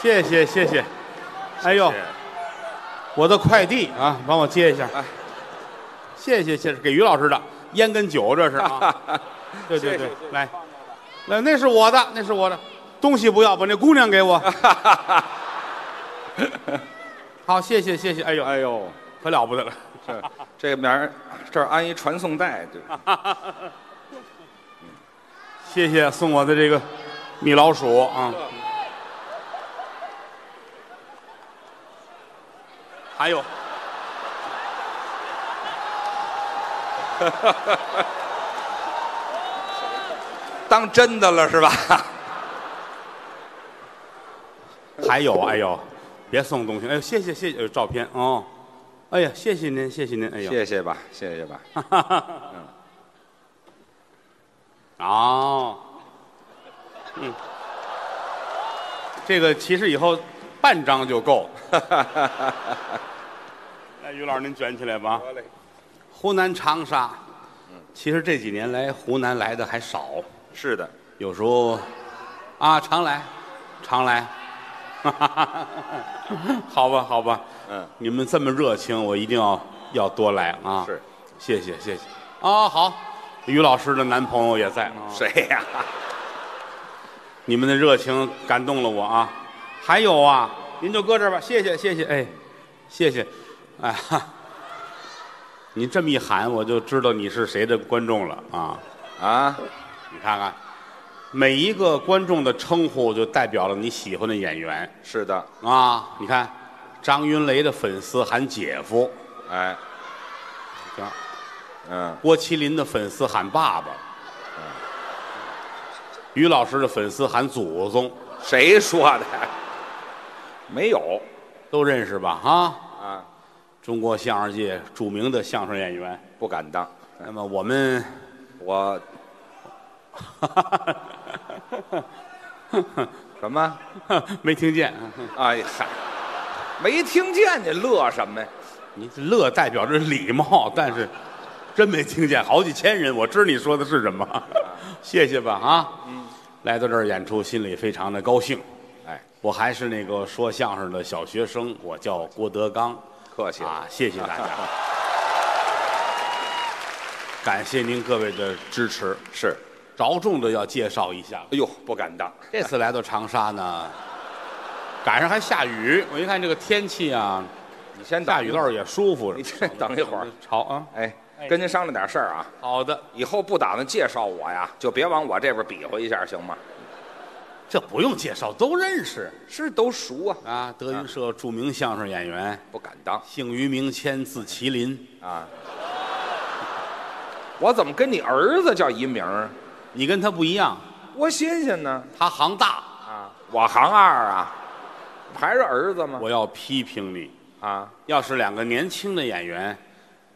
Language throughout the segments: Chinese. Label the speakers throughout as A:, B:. A: 谢谢谢谢，哎呦，我的快递啊，帮我接一下。谢谢谢谢，给于老师的烟跟酒这是啊，对对对，来，来，那是我的，那是我的，东西不要，把那姑娘给我。好，谢谢谢谢，哎呦，
B: 哎呦，
A: 可了不得了，
B: 这这边儿这儿安一传送带，对
A: 谢谢送我的这个米老鼠啊。还有，
B: 当真的了是吧？
A: 还有，哎呦，别送东西，哎呦，谢谢谢谢，哎呦照片哦，哎呀，谢谢您，谢谢您，哎呦，
B: 谢谢吧，谢谢吧。
A: 哦，嗯，这个其实以后半张就够。来，于老师您卷起来吧。湖南长沙，其实这几年来湖南来的还少，
B: 是的，
A: 有时候啊常来，常来， 好吧好吧，
B: 嗯，
A: 你们这么热情，我一定要要多来啊。
B: 是，
A: 谢谢谢谢。啊好，于老师的男朋友也在啊。
B: 谁呀？
A: 你们的热情感动了我啊！还有啊，您就搁这儿吧，谢谢谢谢，哎，谢谢，哎，哈你这么一喊，我就知道你是谁的观众了啊！
B: 啊，
A: 你看看，每一个观众的称呼就代表了你喜欢的演员
B: 是的，
A: 啊！你看，张云雷的粉丝喊姐夫，
B: 哎，
A: 行
B: 嗯，
A: 郭麒麟的粉丝喊爸爸，于老师的粉丝喊祖宗，
B: 谁说的？ 没有
A: 都认识吧？啊！
B: 啊，
A: 中国相声界著名的相声演员。
B: 不敢当。
A: 那么我们，
B: 我什么？
A: 没听见，
B: 哎呀，嗨没听见你乐什么呀？
A: 你这乐代表着礼貌，但是真没听见，好几千人，我知你说的是什么，谢谢吧啊，来到这儿演出，心里非常的高兴。
B: 哎，
A: 我还是那个说相声的小学生，我叫郭德纲，
B: 客气
A: 啊
B: 了，，
A: 谢谢 大家，感谢您各位的支持，
B: 是。
A: 着重的要介绍一下。
B: 哎呦，不敢当。
A: 这次来到长沙呢，赶上还下雨，我一看这个天气啊，
B: 你先等
A: 下雨倒是也舒服
B: 你这等一会儿。
A: 潮啊。
B: 哎，跟您商量点事儿啊。
A: 好的，
B: 以后不打算介绍我呀，就别往我这边比划一下，行吗？
A: 这不用介绍，都认识
B: 是都熟啊，
A: 啊。德云社著名相声演员，
B: 不敢当
A: 姓于名谦，字麒麟。
B: 啊。 我怎么跟你儿子叫一名儿？
A: 你跟他不一样，
B: 多新鲜呢
A: 他行大。
B: 啊！我行二啊，还是儿子吗？
A: 我要批评你，
B: 啊，
A: 要是两个年轻的演员，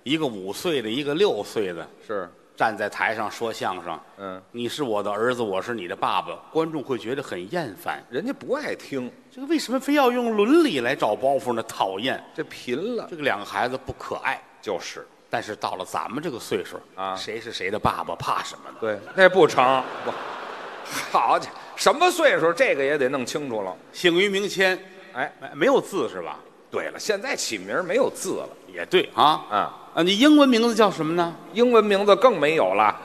A: 一个五岁的，一个六岁的，
B: 是，
A: 站在台上说相声，
B: 嗯，
A: 你是我的儿子，我是你的爸爸，观众会觉得很厌烦。
B: 人家不爱听，
A: 这个为什么非要用伦理来找包袱呢？讨厌，
B: 这贫了
A: 这个两个孩子不可爱。
B: 就是
A: 但是到了咱们这个岁数
B: 啊
A: 谁是谁的爸爸，怕什么呢？
B: 对，那不成。我好家伙，什么岁数，这个也得弄清楚了。
A: 姓于名谦，
B: 哎，
A: 哎，没有字是吧？
B: 对了，现在起名儿没有字了
A: 也对啊
B: 啊，
A: 啊！你英文名字叫什么呢？
B: 英文名字更没有了。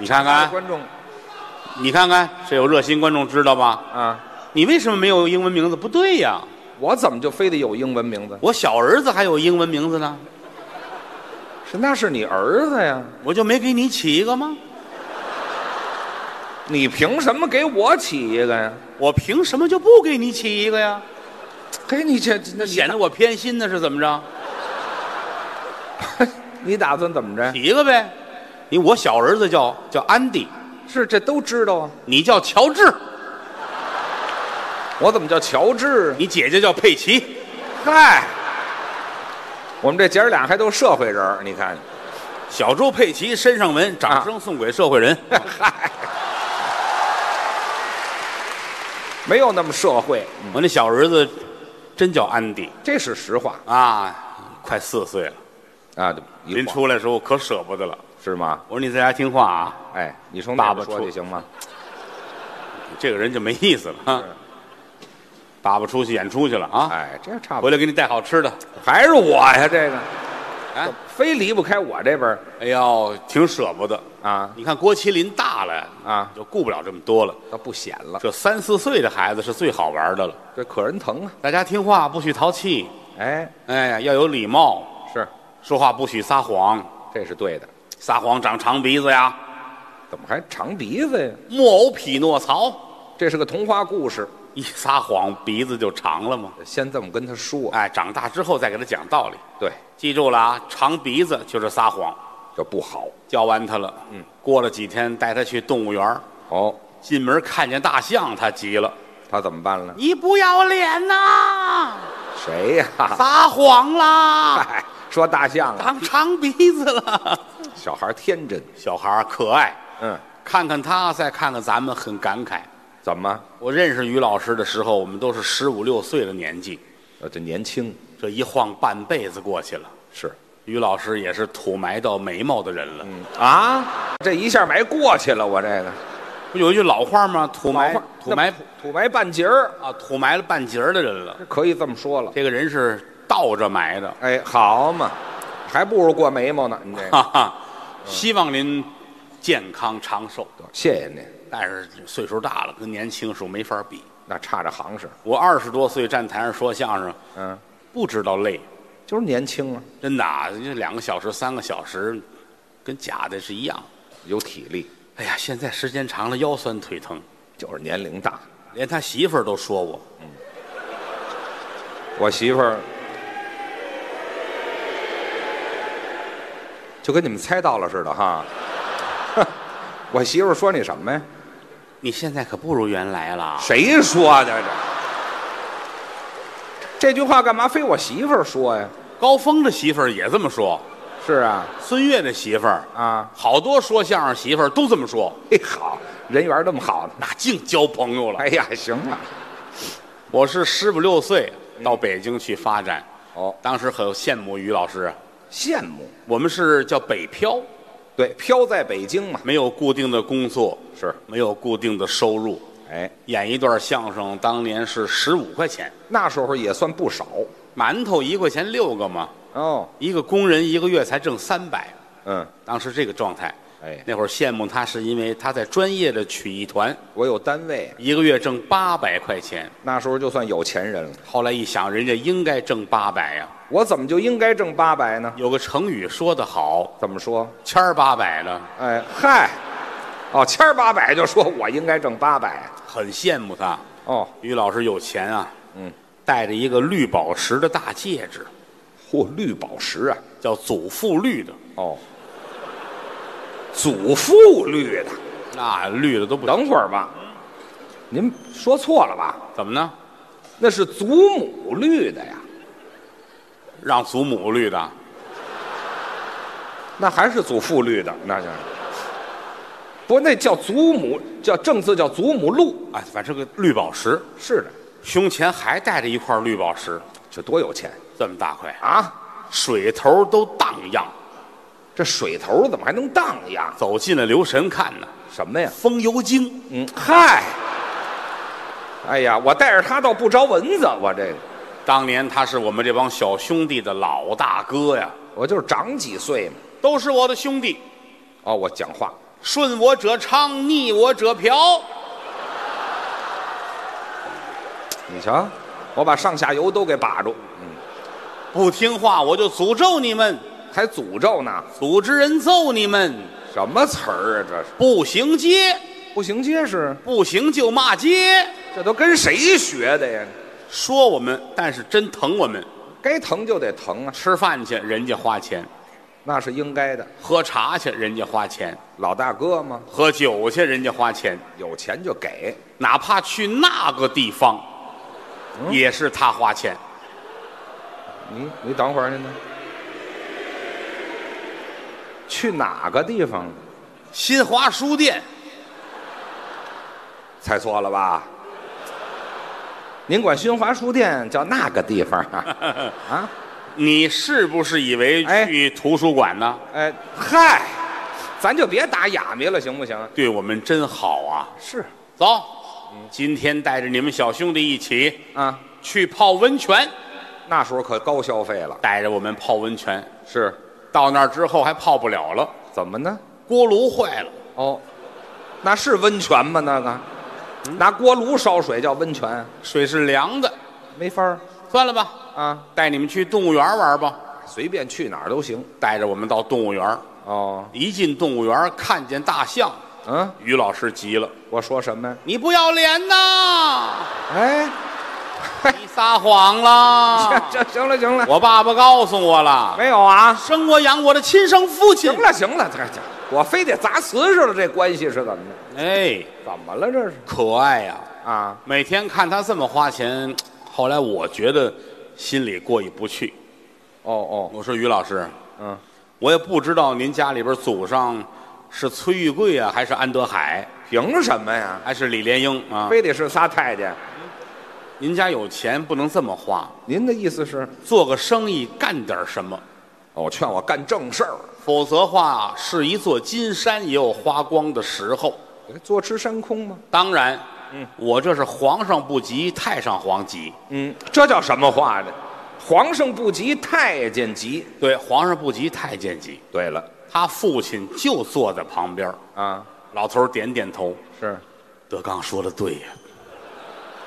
A: 你看
B: 啊，
A: 看，
B: 观众
A: 你看看，这有热心观众知道吧？
B: 啊，
A: 你为什么没有英文名字？不对呀，
B: 我怎么就非得有英文名字？
A: 我小儿子还有英文名字呢，
B: 是那是你儿子呀，
A: 我就没给你起一个吗？
B: 你凭什么给我起一个呀？
A: 我凭什么就不给你起一个呀？
B: 嘿，你这那
A: 显得我偏心呢，是怎么着？
B: 你打算怎么着？
A: 起一个呗。你我小儿子叫叫安迪，
B: 是这都知道啊，
A: 你叫乔治，
B: 我怎么叫乔治？
A: 你姐姐叫佩奇，
B: 嗨，我们这姐儿俩还都社会人儿，你看，
A: 小猪佩奇身上纹，掌声送给社会人。
B: 嗨，没有那么社会，
A: 我那小儿子真叫安迪
B: 这是实话
A: 啊，快四岁了。
B: 啊。这一
A: 临
B: 晃
A: 出来的时候可舍不得了，
B: 是吗？
A: 我说你在家听话啊，
B: 哎，你从
A: 爸
B: 哪
A: 爸
B: 边说
A: 出
B: 去行吗？
A: 这个人就没意思了啊
B: 是。
A: 爸爸出去演出去了啊，
B: 哎，这差
A: 回
B: 不多，
A: 来给你带好吃的。
B: 还是我呀，这个
A: 啊，
B: 非离不开我这边儿
A: 哎呦，挺舍不得。
B: 啊
A: 你看郭麒麟大了呀，
B: 啊，
A: 就顾不了这么多了。
B: 倒不显了，
A: 这三四岁的孩子是最好玩的了，
B: 这可人疼啊！
A: 大家听话，不许淘气，
B: 哎，
A: 哎呀，要有礼貌，
B: 是，
A: 说话不许撒谎，
B: 这是对的。
A: 撒谎长长鼻子呀。
B: 怎么还长鼻子呀？
A: 木偶匹诺曹
B: 这是个童话故事，
A: 一撒谎鼻子就长了嘛。
B: 先这么跟他说。
A: 哎，长大之后再给他讲道理，
B: 对，
A: 记住了啊，长鼻子就是撒谎。
B: 这不好。
A: 教完他了，嗯，过了几天带他去动物园儿，
B: 哦，
A: 进门看见大象，他急了，
B: 他怎么办了？
A: 你不要脸 呐，
B: 谁呀、
A: 撒谎啦！
B: 哎，说大象啊，
A: 长长鼻子了。
B: 小孩天真。
A: 小孩儿可爱，
B: 嗯，
A: 看看他，再看看咱们，很感慨。
B: 怎么？
A: 我认识于老师的时候，我们都是十五六岁的年纪，
B: 呃，这年轻
A: 这一晃半辈子过去了。
B: 是。
A: 于老师也是土埋到眉毛的人了。
B: 嗯啊，这一下没过去了，我这个
A: 不有一句老话吗？土埋
B: 老话
A: 土埋
B: 那土埋半截儿，
A: 啊，土埋了半截儿的人了。
B: 可以这么说了。
A: 这个人是倒着埋的，
B: 哎，好嘛，还不如过眉 毛呢。你这个，
A: 哈哈。希望您健康长寿，
B: 谢谢您，
A: 但是岁数大了，跟年轻时候没法比。
B: 那差着行市。
A: 我二十多岁站台上说相声，
B: 嗯，
A: 不知道累，
B: 就是年轻啊，
A: 真的、啊，这两个小时、三个小时，跟假的是一样。
B: 有体力，
A: 哎呀，现在时间长了腰酸腿疼，
B: 就是年龄大。
A: 连他媳妇儿都说我。
B: 我媳妇儿就跟你们猜到了似的哈。 我媳妇儿说你什么呀？
A: 你现在可不如原来了，
B: 谁说的这？这句话干嘛非我媳妇儿说呀？
A: 高峰的媳妇儿也这么说，
B: 是啊，
A: 孙越的媳妇儿，
B: 啊，
A: 好多说相声媳妇儿都这么说，
B: 嘿，哎好，人缘这么好呢。
A: 那净交朋友了。
B: 哎呀，行了，
A: 我是十五六岁到北京去发展，
B: 哦，
A: 当时很羡慕于老师，啊
B: 羡慕。
A: 我们是叫北漂，
B: 对，飘在北京嘛。
A: 没有固定的工作，
B: 是，
A: 没有固定的收入，
B: 哎，
A: 演一段相声当年是十五块钱。
B: 那时候也算不少。
A: 馒头一块钱六个嘛，
B: 哦，
A: 一个工人一个月才挣三百，
B: 嗯，
A: 当时这个状态。
B: 哎，
A: 那会儿羡慕他，是因为他在专业的曲艺团
B: 我有单位，
A: 一个月挣八百块钱。
B: 那时候就算有钱人了。
A: 后来一想，人家应该挣八百呀。
B: 我怎么就应该挣八百呢？
A: 有个成语说得好
B: 怎么说？，“
A: 千儿八百呢
B: 哎，嗨，哦，千儿八百就说我应该挣八百”，
A: 很羡慕他。
B: 哦，
A: 于老师有钱啊，
B: 嗯，
A: 戴着一个绿宝石的大戒指，
B: 嚯，绿宝石啊，
A: 叫祖父绿的，
B: 哦，祖父绿的。
A: 那绿的都不行。
B: 等会儿吧，您说错了吧？
A: 怎么呢？
B: 那是祖母绿的呀，
A: 让祖母绿的，
B: 那还是祖父绿的，那就是。不过那叫祖母，叫正字叫祖母绿。
A: 哎，反正个绿宝石，
B: 是的，
A: 胸前还戴着一块绿宝石，
B: 这多有钱
A: 这么大块，
B: 啊！
A: 水头都荡漾。
B: 这水头怎么还能荡漾？
A: 走近了留神看呢，
B: 什么呀？
A: 风油精，
B: 嗯，嗨，哎呀，我带着它倒不招蚊子，我这个
A: 当年他是我们这帮小兄弟的老大哥呀，
B: 我就是长几岁嘛。
A: 都是我的兄弟，
B: 哦，我讲话
A: 顺我者昌，逆我者嫖。
B: 你瞧，我把上下游都给把住，
A: 不听话我就诅咒你们，
B: 还诅咒呢？
A: 组织人揍你们，
B: 什么词儿啊？这是
A: 不行街，
B: 不行，结实，
A: 不行就骂街，
B: 这都跟谁学的呀？
A: 说我们，但是真疼我们。
B: 该疼就得疼啊，
A: 吃饭去人家花钱，
B: 那是应该的。
A: 喝茶去人家花钱，
B: 老大哥嘛，
A: 喝酒去人家花钱，
B: 有钱就给，
A: 哪怕去那个地方，也是他花钱。
B: 你你等会儿您呢？去哪个地方？
A: 新华书店
B: 猜错了吧？您管新华书店叫那个地方 啊？啊？
A: 你是不是以为
B: 哎
A: 去图书馆呢？
B: 哎，嗨，咱就别打哑谜了，行不行？
A: 对我们真好啊！
B: 是
A: 走，今天带着你们小兄弟一起
B: 啊，
A: 去泡温泉，
B: 那时候可高消费了。
A: 带着我们泡温泉。
B: 是，
A: 到那儿之后还泡不了了，
B: 怎么呢？
A: 锅炉坏了。
B: 哦，那是温泉吗？那个，拿锅炉烧水叫温泉，
A: 水是凉的，
B: 没法儿
A: 算了吧，
B: 啊，
A: 带你们去动物园玩吧。
B: 随便去哪儿都行。
A: 带着我们到动物园，
B: 哦，
A: 一进动物园看见大象，
B: 嗯，
A: 于老师急了
B: 我说什么呀：“？
A: 你不要脸呐！
B: 哎，
A: 你撒谎啦！
B: 这行了行了，
A: 我爸爸告诉我了，
B: 没有啊，
A: 生我养我的亲生父亲
B: 行。了行了，这这，我非得砸瓷实了，这关系是怎么的？
A: 哎，
B: 怎么了这是？
A: 可爱呀、
B: 啊，
A: 每天看他这么花钱，后来我觉得心里过意不去。
B: 哦哦，
A: 我说于老师，
B: 嗯，
A: 我也不知道您家里边祖上是崔玉贵啊，还是安德海，
B: 凭什么呀？
A: 还是李莲英啊？
B: 非得是仨太监？
A: 您家有钱不能这么花，
B: 您的意思是？
A: 做个生意干点什么，
B: 哦，劝我干正事儿，
A: 否则话是一座金山也有花光的时候。
B: 哎坐吃山空吗？
A: 当然，
B: 嗯，
A: 我这是皇上不急太上皇急。
B: 嗯，这叫什么话呢？皇上不急，太监急。
A: 对，皇上不急太监急。
B: 对了，
A: 他父亲就坐在旁边儿，
B: 啊，
A: 老头儿点点头。
B: 是，
A: 德刚说的对呀，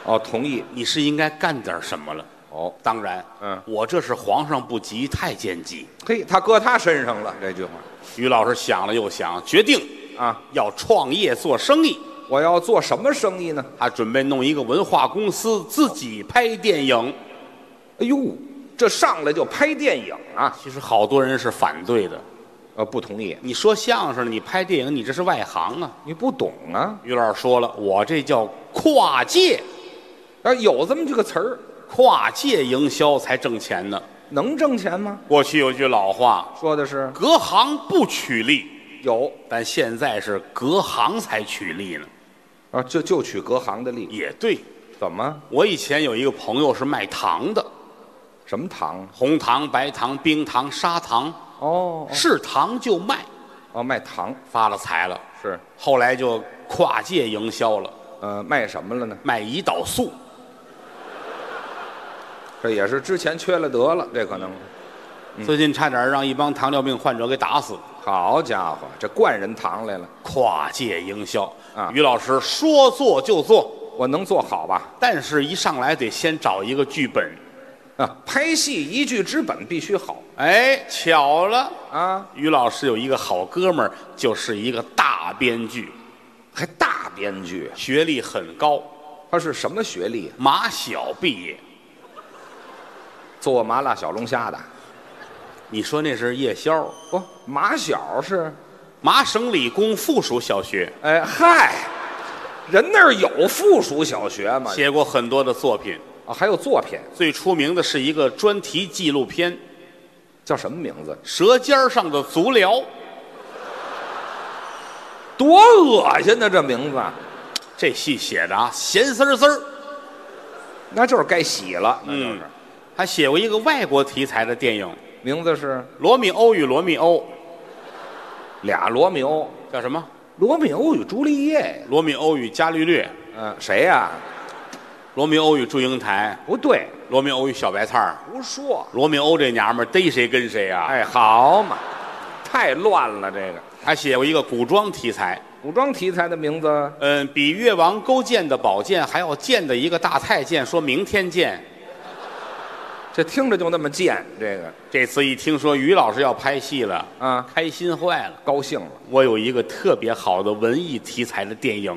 B: 哦，同意。
A: 你是应该干点什么了。
B: 哦，
A: 当然，
B: 嗯
A: 我这是皇上不急太监急。
B: 嘿，他搁他身上了这句话
A: 于老师想了又想，决定
B: 啊！
A: 要创业做生意。
B: 我要做什么生意呢？
A: 他准备弄一个文化公司，自己拍电影。
B: 哎呦，这上来就拍电影啊！
A: 其实好多人是反对的。
B: 呃，不同意，
A: 你说相声，你拍电影，你这是外行啊。
B: 你不懂啊？
A: 于老师说了，我这叫跨界，
B: 啊，有这么句个词儿，
A: 跨界营销才挣钱呢。
B: 能挣钱吗？
A: 过去有句老话，
B: 说的是
A: 隔行不取利，
B: 有
A: 但现在是隔行才取利呢。
B: 啊，就就取隔行的例，
A: 也对，
B: 怎么
A: 我以前有一个朋友是卖糖的，
B: 什么堂？
A: 红糖、白糖、冰糖、砂糖，
B: 哦
A: 是糖就卖，
B: 哦，卖糖
A: 发了财了。
B: 是，
A: 后来就跨界营销了，
B: 呃，卖什么了呢？
A: 卖胰岛素。
B: 这也是之前缺了德了，这可能。嗯
A: 最近差点让一帮糖尿病患者给打死。
B: 好家伙，这灌人糖来了，
A: 跨界营销
B: 啊
A: 于老师说做就做，
B: 我能做好吧？
A: 但是一上来得先找一个剧本。
B: 啊，拍戏一句之本必须好
A: 哎，巧了，
B: 啊，
A: 于老师有一个好哥们儿，就是一个大编剧，
B: 还大编剧，
A: 学历很高，
B: 他是什么学历啊？
A: 马小毕业。
B: 做麻辣小龙虾的？
A: 你说那是夜宵？
B: 不，马哦小是？
A: 麻省理工附属小学
B: 哎嗨，人那儿有附属小学吗？
A: 写过很多的作品，
B: 啊，还有作品
A: 最出名的是一个专题纪录片《
B: 叫什么名字？
A: 舌尖上的足疗》。
B: 多恶心呢！这名字，啊
A: 这戏写的啊，咸丝丝儿。
B: 那就是该洗了，那就是。
A: 嗯还写过一个外国题材的电影《
B: 名字是
A: 罗密欧与罗密欧》，
B: 俩罗密欧，
A: 叫什么？
B: 罗密欧与朱丽叶。
A: 罗密欧与伽利略，
B: 嗯、谁呀、
A: 罗密欧与祝英台，
B: 不对，
A: 罗密欧与小白菜儿。
B: 胡说。
A: 罗密欧这娘们儿逮谁跟谁啊！
B: 哎，好嘛，太乱了这个
A: 还写过一个古装题材，
B: 古装题材的名字，
A: 嗯，比越王勾践的宝剑还要贱的一个大太监，说明天见。
B: 这听着就那么贱，这个
A: 这次一听说于老师要拍戏了，
B: 啊，
A: 开心坏了。
B: 高兴了。
A: 我有一个特别好的文艺题材的电影，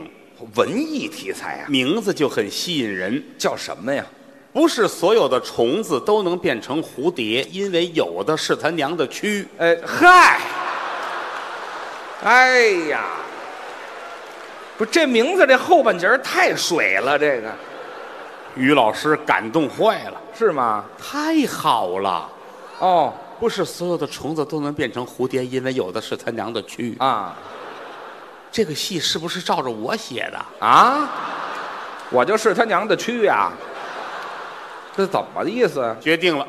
B: 文艺题材啊，
A: 名字就很吸引人。
B: 叫什么呀？
A: 不是所有的虫子都能变成蝴蝶，因为有的是他娘的蛆。
B: 哎，嗨，哎呀，不，这名字这后半截儿太水了，这个
A: 于老师感动坏了，
B: 是吗？
A: 太好了！
B: 哦
A: 不是所有的虫子都能变成蝴蝶，因为有的是他娘的蛆。
B: 啊
A: 这个戏是不是照着我写的？
B: 啊，我就是他娘的蛆呀、这怎么的意思？
A: 决定了，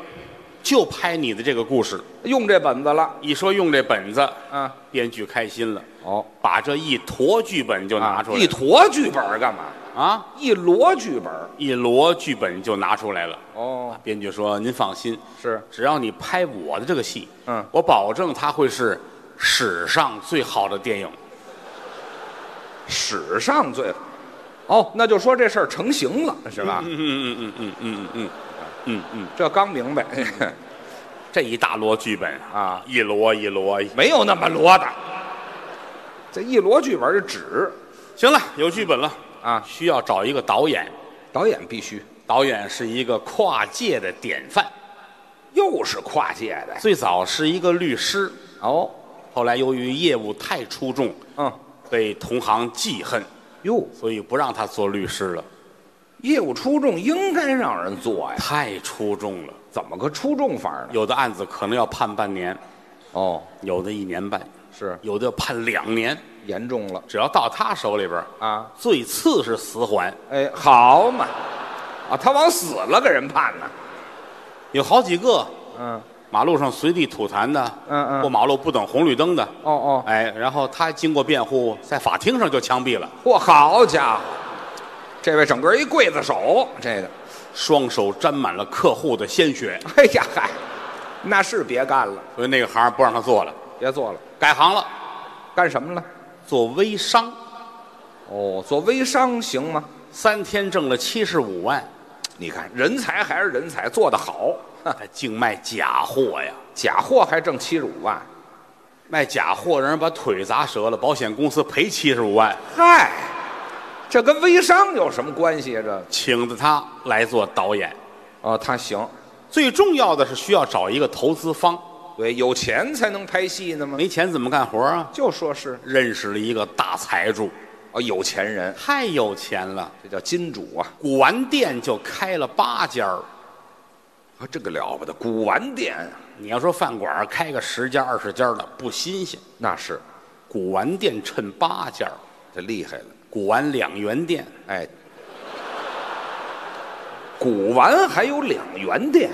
A: 就拍你的这个故事。
B: 用这本子了。
A: 一说用这本子，
B: 嗯，
A: 编剧开心了，
B: 哦，
A: 把这一沓剧本就拿出来
B: 一
A: 了
B: 坨剧本儿干嘛？
A: 啊，
B: 一摞剧本儿。
A: 一摞剧本就拿出来了。
B: 哦，
A: 编剧说：“您放心，
B: 是
A: 只要你拍我的这个戏，
B: 嗯
A: 我保证它会是史上最好的电影。
B: 史上最。哦，那就说这事儿成型了，是吧？
A: 嗯”嗯嗯嗯嗯嗯嗯嗯嗯，
B: 这刚明白，
A: 这一大摞剧本
B: 啊，
A: 一摞一摞。
B: 没有那么摞的。这一摞剧本是纸，
A: 行了，有剧本了
B: 啊
A: 需要找一个导演，
B: 导演必须，
A: 导演是一个跨界的典范，
B: 又是跨界的。
A: 最早是一个律师，
B: 哦，
A: 后来由于业务太出众，
B: 嗯，
A: 被同行记恨，
B: 哟，
A: 所以不让他做律师了，
B: 业务出众应该让人做呀，
A: 太出众了。
B: 怎么个出众法呢？
A: 有的案子可能要判半年，
B: 哦，
A: 有的一年半，
B: 是
A: 有的要判两年。
B: 严重了
A: 只要到他手里边，
B: 啊！
A: 最次是死缓。
B: 哎，好嘛，啊，他往死了给人判呢。
A: 有好几个
B: 嗯，
A: 马路上随地吐痰的，
B: 嗯嗯
A: 过马路不等红绿灯的，
B: 哦哦，
A: 哎，然后他经过辩护，在法庭上就枪毙了，
B: 嚯，好家伙，这位整个一刽子手，这个。
A: 双手沾满了客户的鲜血，
B: 哎呀嗨，那是别干了，
A: 所以那个行不让他做了，
B: 别做了，
A: 改行了，
B: 干什么了？
A: 做微商，
B: 哦，做微商行吗？
A: 三天挣了七十五万，
B: 你看，人才还是人才，做得好，哼
A: 他净卖假货呀，
B: 假货还挣七十五万。
A: 卖假货让人把腿砸折了，保险公司赔七十五万，
B: 嗨，这跟微商有什么关系啊？这
A: 请的他来做导演。
B: 哦，他行，
A: 最重要的是需要找一个投资方，
B: 对，有钱才能拍戏呢吗？
A: 没钱怎么干活啊？
B: 就说是
A: 认识了一个大财主，
B: 哦，有钱人，
A: 太有钱了，
B: 这叫金主啊，
A: 古玩店就开了八家儿
B: 啊这个了不得，古玩店啊
A: 你要说饭馆儿开个十家二十家的不新鲜，
B: 那是，
A: 古玩店趁八家儿，
B: 这厉害了，
A: 古玩两元店，
B: 哎，古玩还有两元店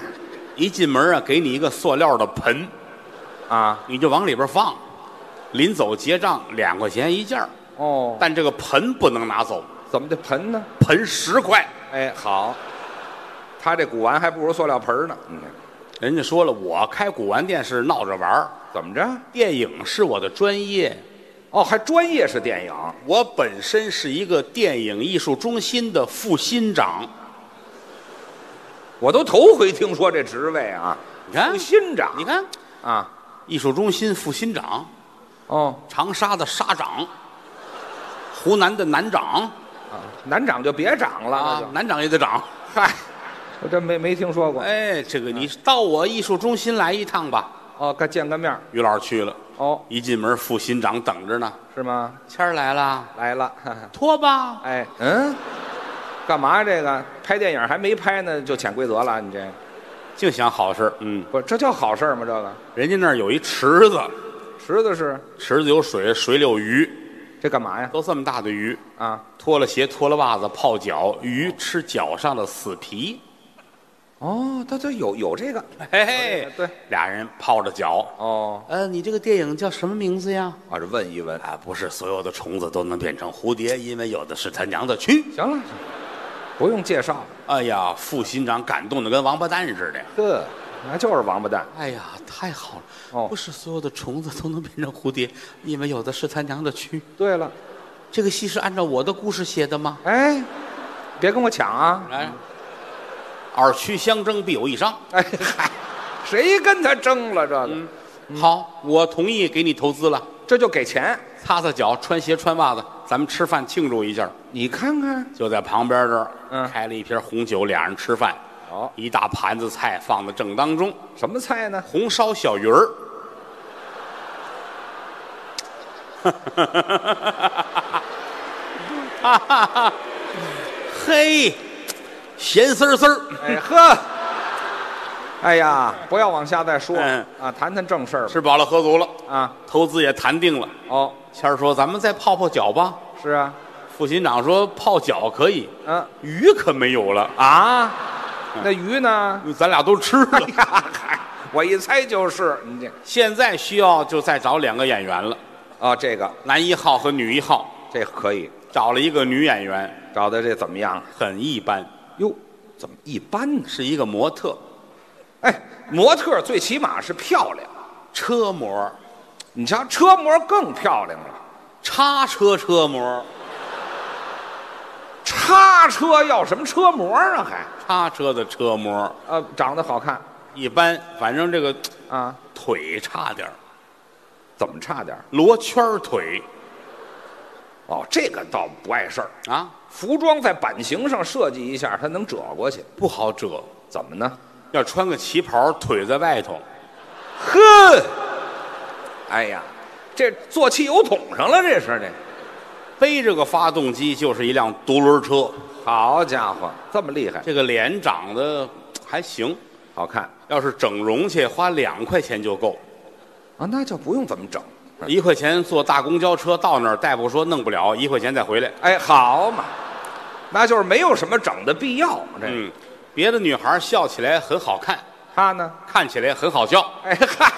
A: 一进门啊，给你一个塑料的盆，
B: 啊。
A: 你就往里边放，临走结账两块钱一件儿
B: 哦，
A: 但这个盆不能拿走，
B: 怎么这盆呢？
A: 盆十块。
B: 哎，好，他这古玩还不如塑料盆呢。嗯，
A: 人家说了，我开古玩店是闹着玩儿，
B: 怎么着？
A: 电影是我的专业，
B: 哦，还专业是电影，
A: 我本身是一个电影艺术中心的副新长。
B: 我都头回听说这职位啊。
A: 你看
B: 副新长，
A: 哎你看，
B: 啊，
A: 艺术中心副新长，
B: 哦，
A: 长沙的沙长，湖南的南长
B: 男长就别长了，
A: 啊，
B: 那就
A: 南长也得长。嗨，
B: 我真没没听说过。
A: 哎，这个你到我艺术中心来一趟吧。
B: 哦，该见个面儿
A: 于老师去了，
B: 哦，
A: 一进门副新长等着呢。
B: 是吗？
A: 谦儿来了，
B: 来了，哈哈
A: 脱吧。
B: 哎，嗯，干嘛这个拍电影还没拍呢就潜规则了？你这
A: 净想好事儿嗯，
B: 不这叫好事儿吗？这个
A: 人家那儿有一池子，
B: 池子是
A: 池子有水，水里有鱼，
B: 这干嘛呀？
A: 都这么大的鱼。
B: 啊，
A: 脱了鞋，脱了袜子，泡脚，鱼吃脚上的死皮。
B: 哦，他他有有这个，
A: 哎嘿嘿，
B: 哎对，
A: 俩人泡着脚。
B: 哦，
A: 呃，你这个电影叫什么名字呀？
B: 啊，这问一问。
A: 啊，不是所有的虫子都能变成蝴蝶，因为有的是他娘的蛆。
B: 行了，不用介绍，
A: 哎呀，副新长感动的跟王八蛋似的。
B: 呵，那就是王八蛋。
A: 哎呀，太好了！
B: 哦
A: 不是所有的虫子都能变成蝴蝶，因为有的是他娘的蛆。
B: 对了，
A: 这个戏是按照我的故事写的吗？
B: 哎，别跟我抢啊！
A: 来，尔蛆相争，必有一伤。
B: 哎嗨，谁跟他争了这个？
A: 好，我同意给你投资了。
B: 这就给钱，
A: 擦擦脚，穿鞋穿袜子，咱们吃饭庆祝一下。
B: 你看看。
A: 就在旁边这儿，
B: 嗯
A: 开了一瓶红酒，俩人吃饭，
B: 哦，
A: 一大盘子菜放在正当中，
B: 什么菜呢？
A: 红烧小鱼儿， 嘿，咸丝丝儿，
B: 哎 呵，哎呀，不要往下再说、
A: 嗯
B: 啊，谈谈正事儿吧
A: 吃饱了喝足了，
B: 啊。
A: 投资也谈定了。
B: 哦，
A: 谦儿说：“咱们再泡泡脚吧。
B: 是啊，”
A: 副新长说：“泡脚可以，
B: 嗯
A: 鱼可没有了，
B: 啊，那鱼呢？
A: 咱俩都吃了。
B: 哎呀，嗨，我一猜就是你这
A: 现在需要就再找两个演员了，
B: 啊，这个
A: 男一号和女一号，
B: 这个可以
A: 找了一个女演员，
B: 找的这怎么样？啊
A: 很一般，
B: 哟，怎么一般呢？
A: 是一个模特，
B: 哎，模特最起码是漂亮，
A: 车模，
B: 你瞧车模更漂亮了。
A: 叉车车模，
B: 叉车要什么车模啊？还
A: 叉车的车模
B: 呃，长得好看
A: 一般，反正这个
B: 啊？
A: 腿差点儿
B: 怎么差点儿？
A: 罗圈儿腿
B: 哦，这个倒不碍事儿。
A: 啊，
B: 服装在版型上设计一下，它能折过去。
A: 不好折。
B: 怎么呢？
A: 要穿个旗袍，腿在外头，
B: 呵，哎呀，这坐汽油桶上了，这是这。
A: 背着个发动机就是一辆独轮车。
B: 好家伙，这么厉害，
A: 这个脸长得还行，
B: 好看
A: 要是整容去，花两块钱就够，
B: 啊，那就不用怎么整。
A: 一块钱坐大公交车到那儿，大夫说弄不了，一块钱再回来。
B: 哎，好嘛，那就是没有什么整的必要。这、
A: 嗯，别的女孩笑起来很好看，
B: 他呢？
A: 看起来很好笑。
B: 哎嗨，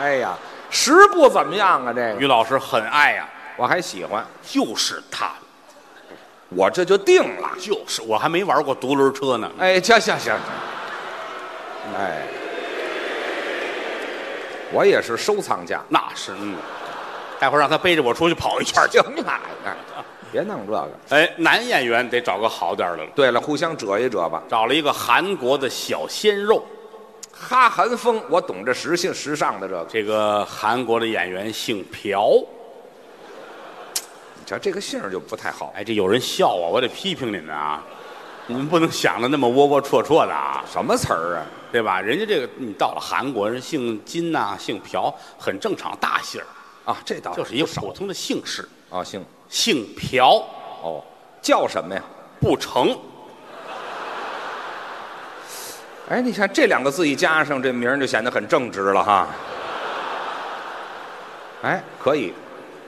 B: 哎呀，食不怎么样啊，这个
A: 于老师很爱呀、
B: 我还喜欢，
A: 就是她，
B: 我这就定了。
A: 就是我还没玩过独轮车呢。
B: 哎，行行行，哎，我也是收藏家。
A: 那是，嗯，待会儿让他背着我出去跑一圈儿去。
B: 行了，哎别弄这个。
A: 哎，男演员得找个好点儿的了，
B: 对了，互相折一折吧。
A: 找了一个韩国的小鲜肉。
B: 哈韩风，我懂这时兴时尚的这个。
A: 这个韩国的演员姓朴，
B: 你瞧这个姓儿就不太好。
A: 哎，这有人笑我，我得批评你们啊！你们不能想的那么窝窝戳戳的啊，
B: 什么词儿啊？
A: 对吧？人家这个你到了韩国，人姓金呐、姓朴很正常，大姓儿
B: 啊，这倒
A: 就是一个普通的姓氏。
B: 啊，姓
A: 姓朴
B: 哦，叫什么呀？
A: 不成，
B: 哎，你看这两个字一加上，这名儿就显得很正直了哈。 哎，可以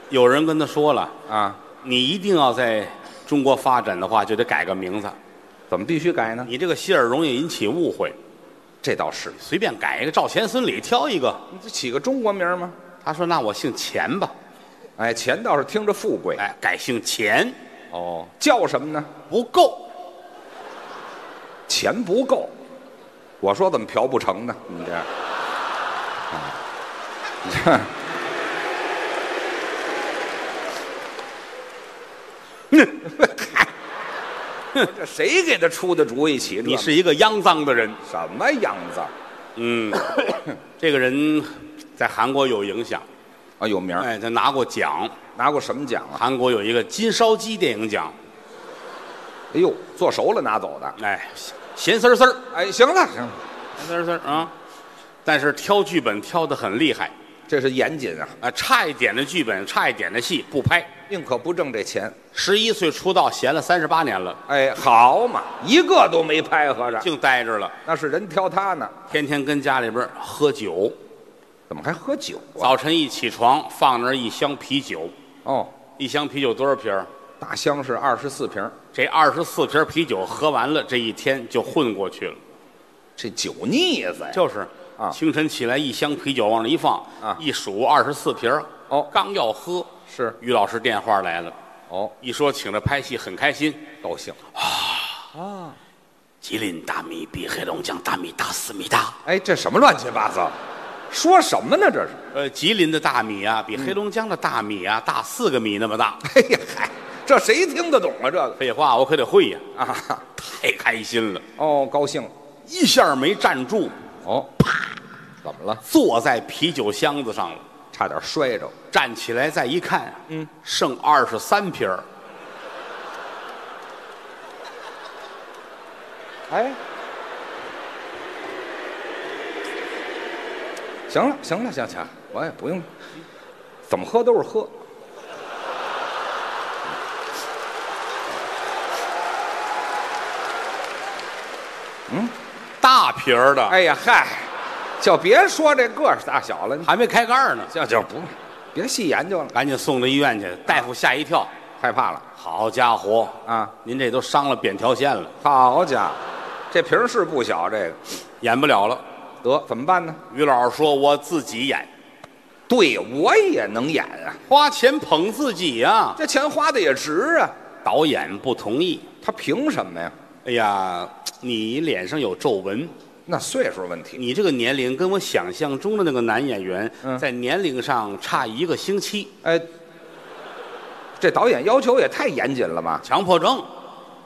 A: 有人跟他说了，
B: 啊，
A: 你一定要在中国发展的话，就得改个名字。
B: 怎么必须改呢？
A: 你这个姓儿容易引起误会，
B: 这倒是，
A: 随便改一个，照钱孙李挑一个。
B: 你这起个中国名儿吗？
A: 他说：“那我姓钱吧。
B: 哎，钱倒是听着富”贵。
A: 哎，改姓钱
B: 哦，叫什么呢？
A: 不够，
B: 钱不够。我说怎么嫖不成呢？你这，啊啊你这， 嗨这谁给他出的主意起这？
A: 你是一个肮脏的人。
B: 什么样子儿
A: 嗯，这个人在韩国有影响，
B: 啊？有名儿，
A: 哎，他拿过奖。
B: 拿过什么奖啊？
A: 韩国有一个金烧鸡电影奖，
B: 哎呦，做熟了拿走的。
A: 哎，咸丝丝儿，
B: 哎，行了行了，
A: 咸丝丝儿啊。但是挑剧本挑得很厉害
B: 这是严谨啊，
A: 啊，差一点的剧本，差一点的戏不拍。
B: 宁可不挣这钱。
A: 十一岁出道，闲了三十八年了，
B: 哎，好嘛，一个都没拍，合着
A: 净待着了，
B: 那是人挑他呢，
A: 天天跟家里边儿喝酒。
B: 怎么还喝酒啊？
A: 早晨一起床，放那儿一箱啤酒，
B: 哦，
A: 一箱啤酒多少瓶儿？
B: 大箱是二十四瓶儿，
A: 这二十四瓶啤酒喝完了，这一天就混过去了。
B: 这酒腻子呀！
A: 就是
B: 啊
A: 清晨起来一箱啤酒往那一放，
B: 啊
A: 一数二十四瓶儿
B: 哦
A: 刚要喝，
B: 是
A: 于老师电话来了，
B: 哦，
A: 一说请他拍戏，很开心。
B: 高兴。
A: 吉林大米比黑龙江大米大四米大，
B: 哎，这什么乱七八糟？说什么呢？这是？
A: 呃，吉林的大米啊，比黑龙江的大米啊、大四个米那么大。
B: 哎呀，嗨，这谁听得懂啊？这个
A: 废话，我可得会呀、
B: 啊，
A: 太开心了，
B: 哦，高兴。
A: 一下没站住，
B: 哦，啪，怎么了？
A: 坐在啤酒箱子上了。
B: 差点摔着。
A: 站起来再一看，嗯，剩二十三瓶儿
B: 哎，行了，行了，行行，我也不用，怎么喝都是喝。
A: 大瓶儿的，
B: 哎呀，嗨，就别说这个儿大小了，
A: 还没开盖儿呢。
B: 就就不，别细研究了，
A: 赶紧送到医院去。大夫吓一跳，
B: 害怕了
A: 好家伙，
B: 啊！
A: 您这都伤了扁条线了，
B: 好家伙，这瓶儿是不小，这个
A: 演不了了。
B: 得怎么办呢？
A: 于老师说我自己演，
B: 对我也能演啊，
A: 花钱捧自己呀、
B: 这钱花的也值啊。
A: 导演不同意。
B: 他凭什么呀？
A: 哎呀，你脸上有皱纹，
B: 那岁数问题，
A: 你这个年龄跟我想象中的那个男演员
B: 嗯
A: 在年龄上差一个星期，
B: 哎，这导演要求也太严谨了吧？
A: 强迫症，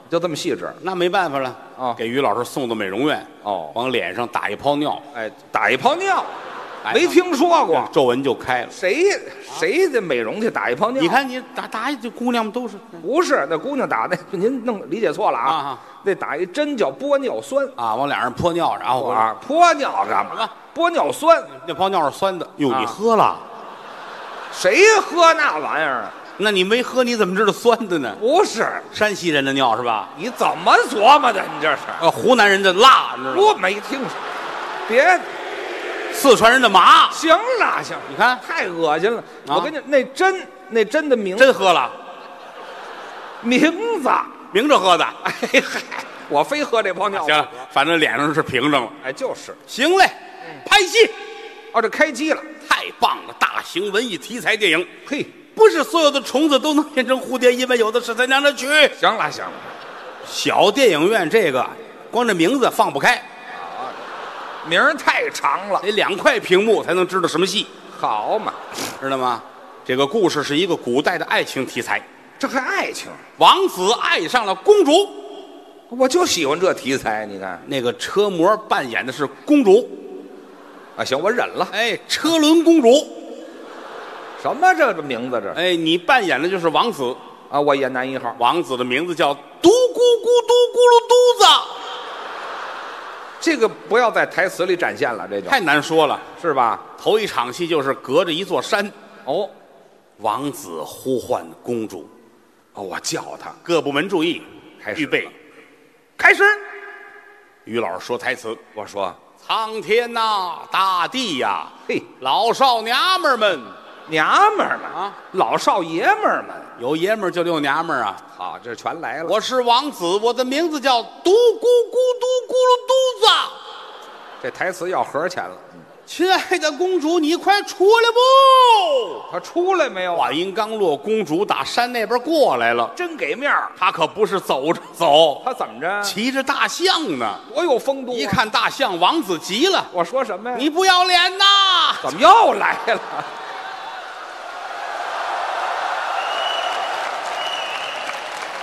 B: 就这么细致
A: 那没办法了。
B: 哦
A: 给于老师送到美容院，
B: 哦
A: 往脸上打一泡尿，
B: 哎，打一泡尿，
A: 哎
B: 没听说过，
A: 皱纹就开了。
B: 谁谁这美容去打一泡尿？
A: 你看你打打一，这姑娘们都是
B: 不是那姑娘打的，您弄理解错了
A: 啊
B: 啊
A: 啊！
B: 那打一针叫玻尿酸，
A: 啊，往脸上泼尿，然后我
B: 啊，玻尿干
A: 什
B: 嘛
A: 么？
B: 玻尿酸，
A: 那泡尿是酸的。哟，
B: 啊
A: 你喝了？
B: 谁喝那玩意儿啊？
A: 那你没喝，你怎么知道酸的呢？
B: 不是，
A: 山西人的尿是吧？
B: 你怎么琢磨的？你这是？
A: 呃，湖南人的辣，你知道吗？
B: 我没听说，别
A: 四川人的麻，
B: 行了行了，
A: 你看
B: 太恶心了！
A: 啊
B: 我跟你那针那针的名
A: 真喝了，
B: 名字，
A: 明着喝的。
B: 哎嗨，我非喝这泡尿。
A: 行，了，反正脸上是平整了。
B: 哎就是，
A: 行嘞，拍戏
B: 哦这开机了，
A: 太棒了，大型文艺题材电影，
B: 嘿，
A: 不是所有的虫子都能变成蝴蝶，因为有的是咱娘的曲。
B: 行了行了，
A: 小电影院这个，光这名字放不开，
B: 名儿太长了，
A: 得两块屏幕才能知道什么戏，
B: 好嘛，
A: 知道吗？这个故事是一个古代的爱情题材，
B: 这还爱情，
A: 王子爱上了公主，
B: 我就喜欢这题材，你看
A: 那个车模扮演的是公主，
B: 啊，行，我忍了。
A: 哎，车轮公主，
B: 什么这个名字这
A: 哎，你扮演的就是王子，
B: 啊？我演男一号，
A: 王子的名字叫独咕咕嘟咕噜嘟子，
B: 这个不要在台词里展现了，这就
A: 太难说了。
B: 是吧？
A: 头一场戏就是隔着一座山，
B: 哦
A: 王子呼唤公主，
B: 哦，我叫他
A: 各部门注意，
B: 开始
A: 预备
B: 了，
A: 开始。于老师说台词：
B: 我说
A: 苍天呐、大地呀、
B: 嘿，
A: 老少娘们儿们，
B: 娘们儿们
A: 啊，
B: 老少爷们儿们，
A: 有爷们儿就有娘们儿啊！
B: 好，这全来了。
A: 我是王子，我的名字叫独咕咕嘟咕噜嘟子。
B: 这台词要盒钱了，
A: 亲爱的公主，你快出来不？
B: 他出来没有啊？
A: 话音刚落，公主打山那边过来了。
B: 真给面儿，
A: 她可不是走着走，
B: 他怎么着？
A: 骑着大象呢。
B: 多有风度、啊
A: 一，看大象，王子急了
B: 我说什么呀：“？
A: 你不要脸呐！
B: 怎么又来了？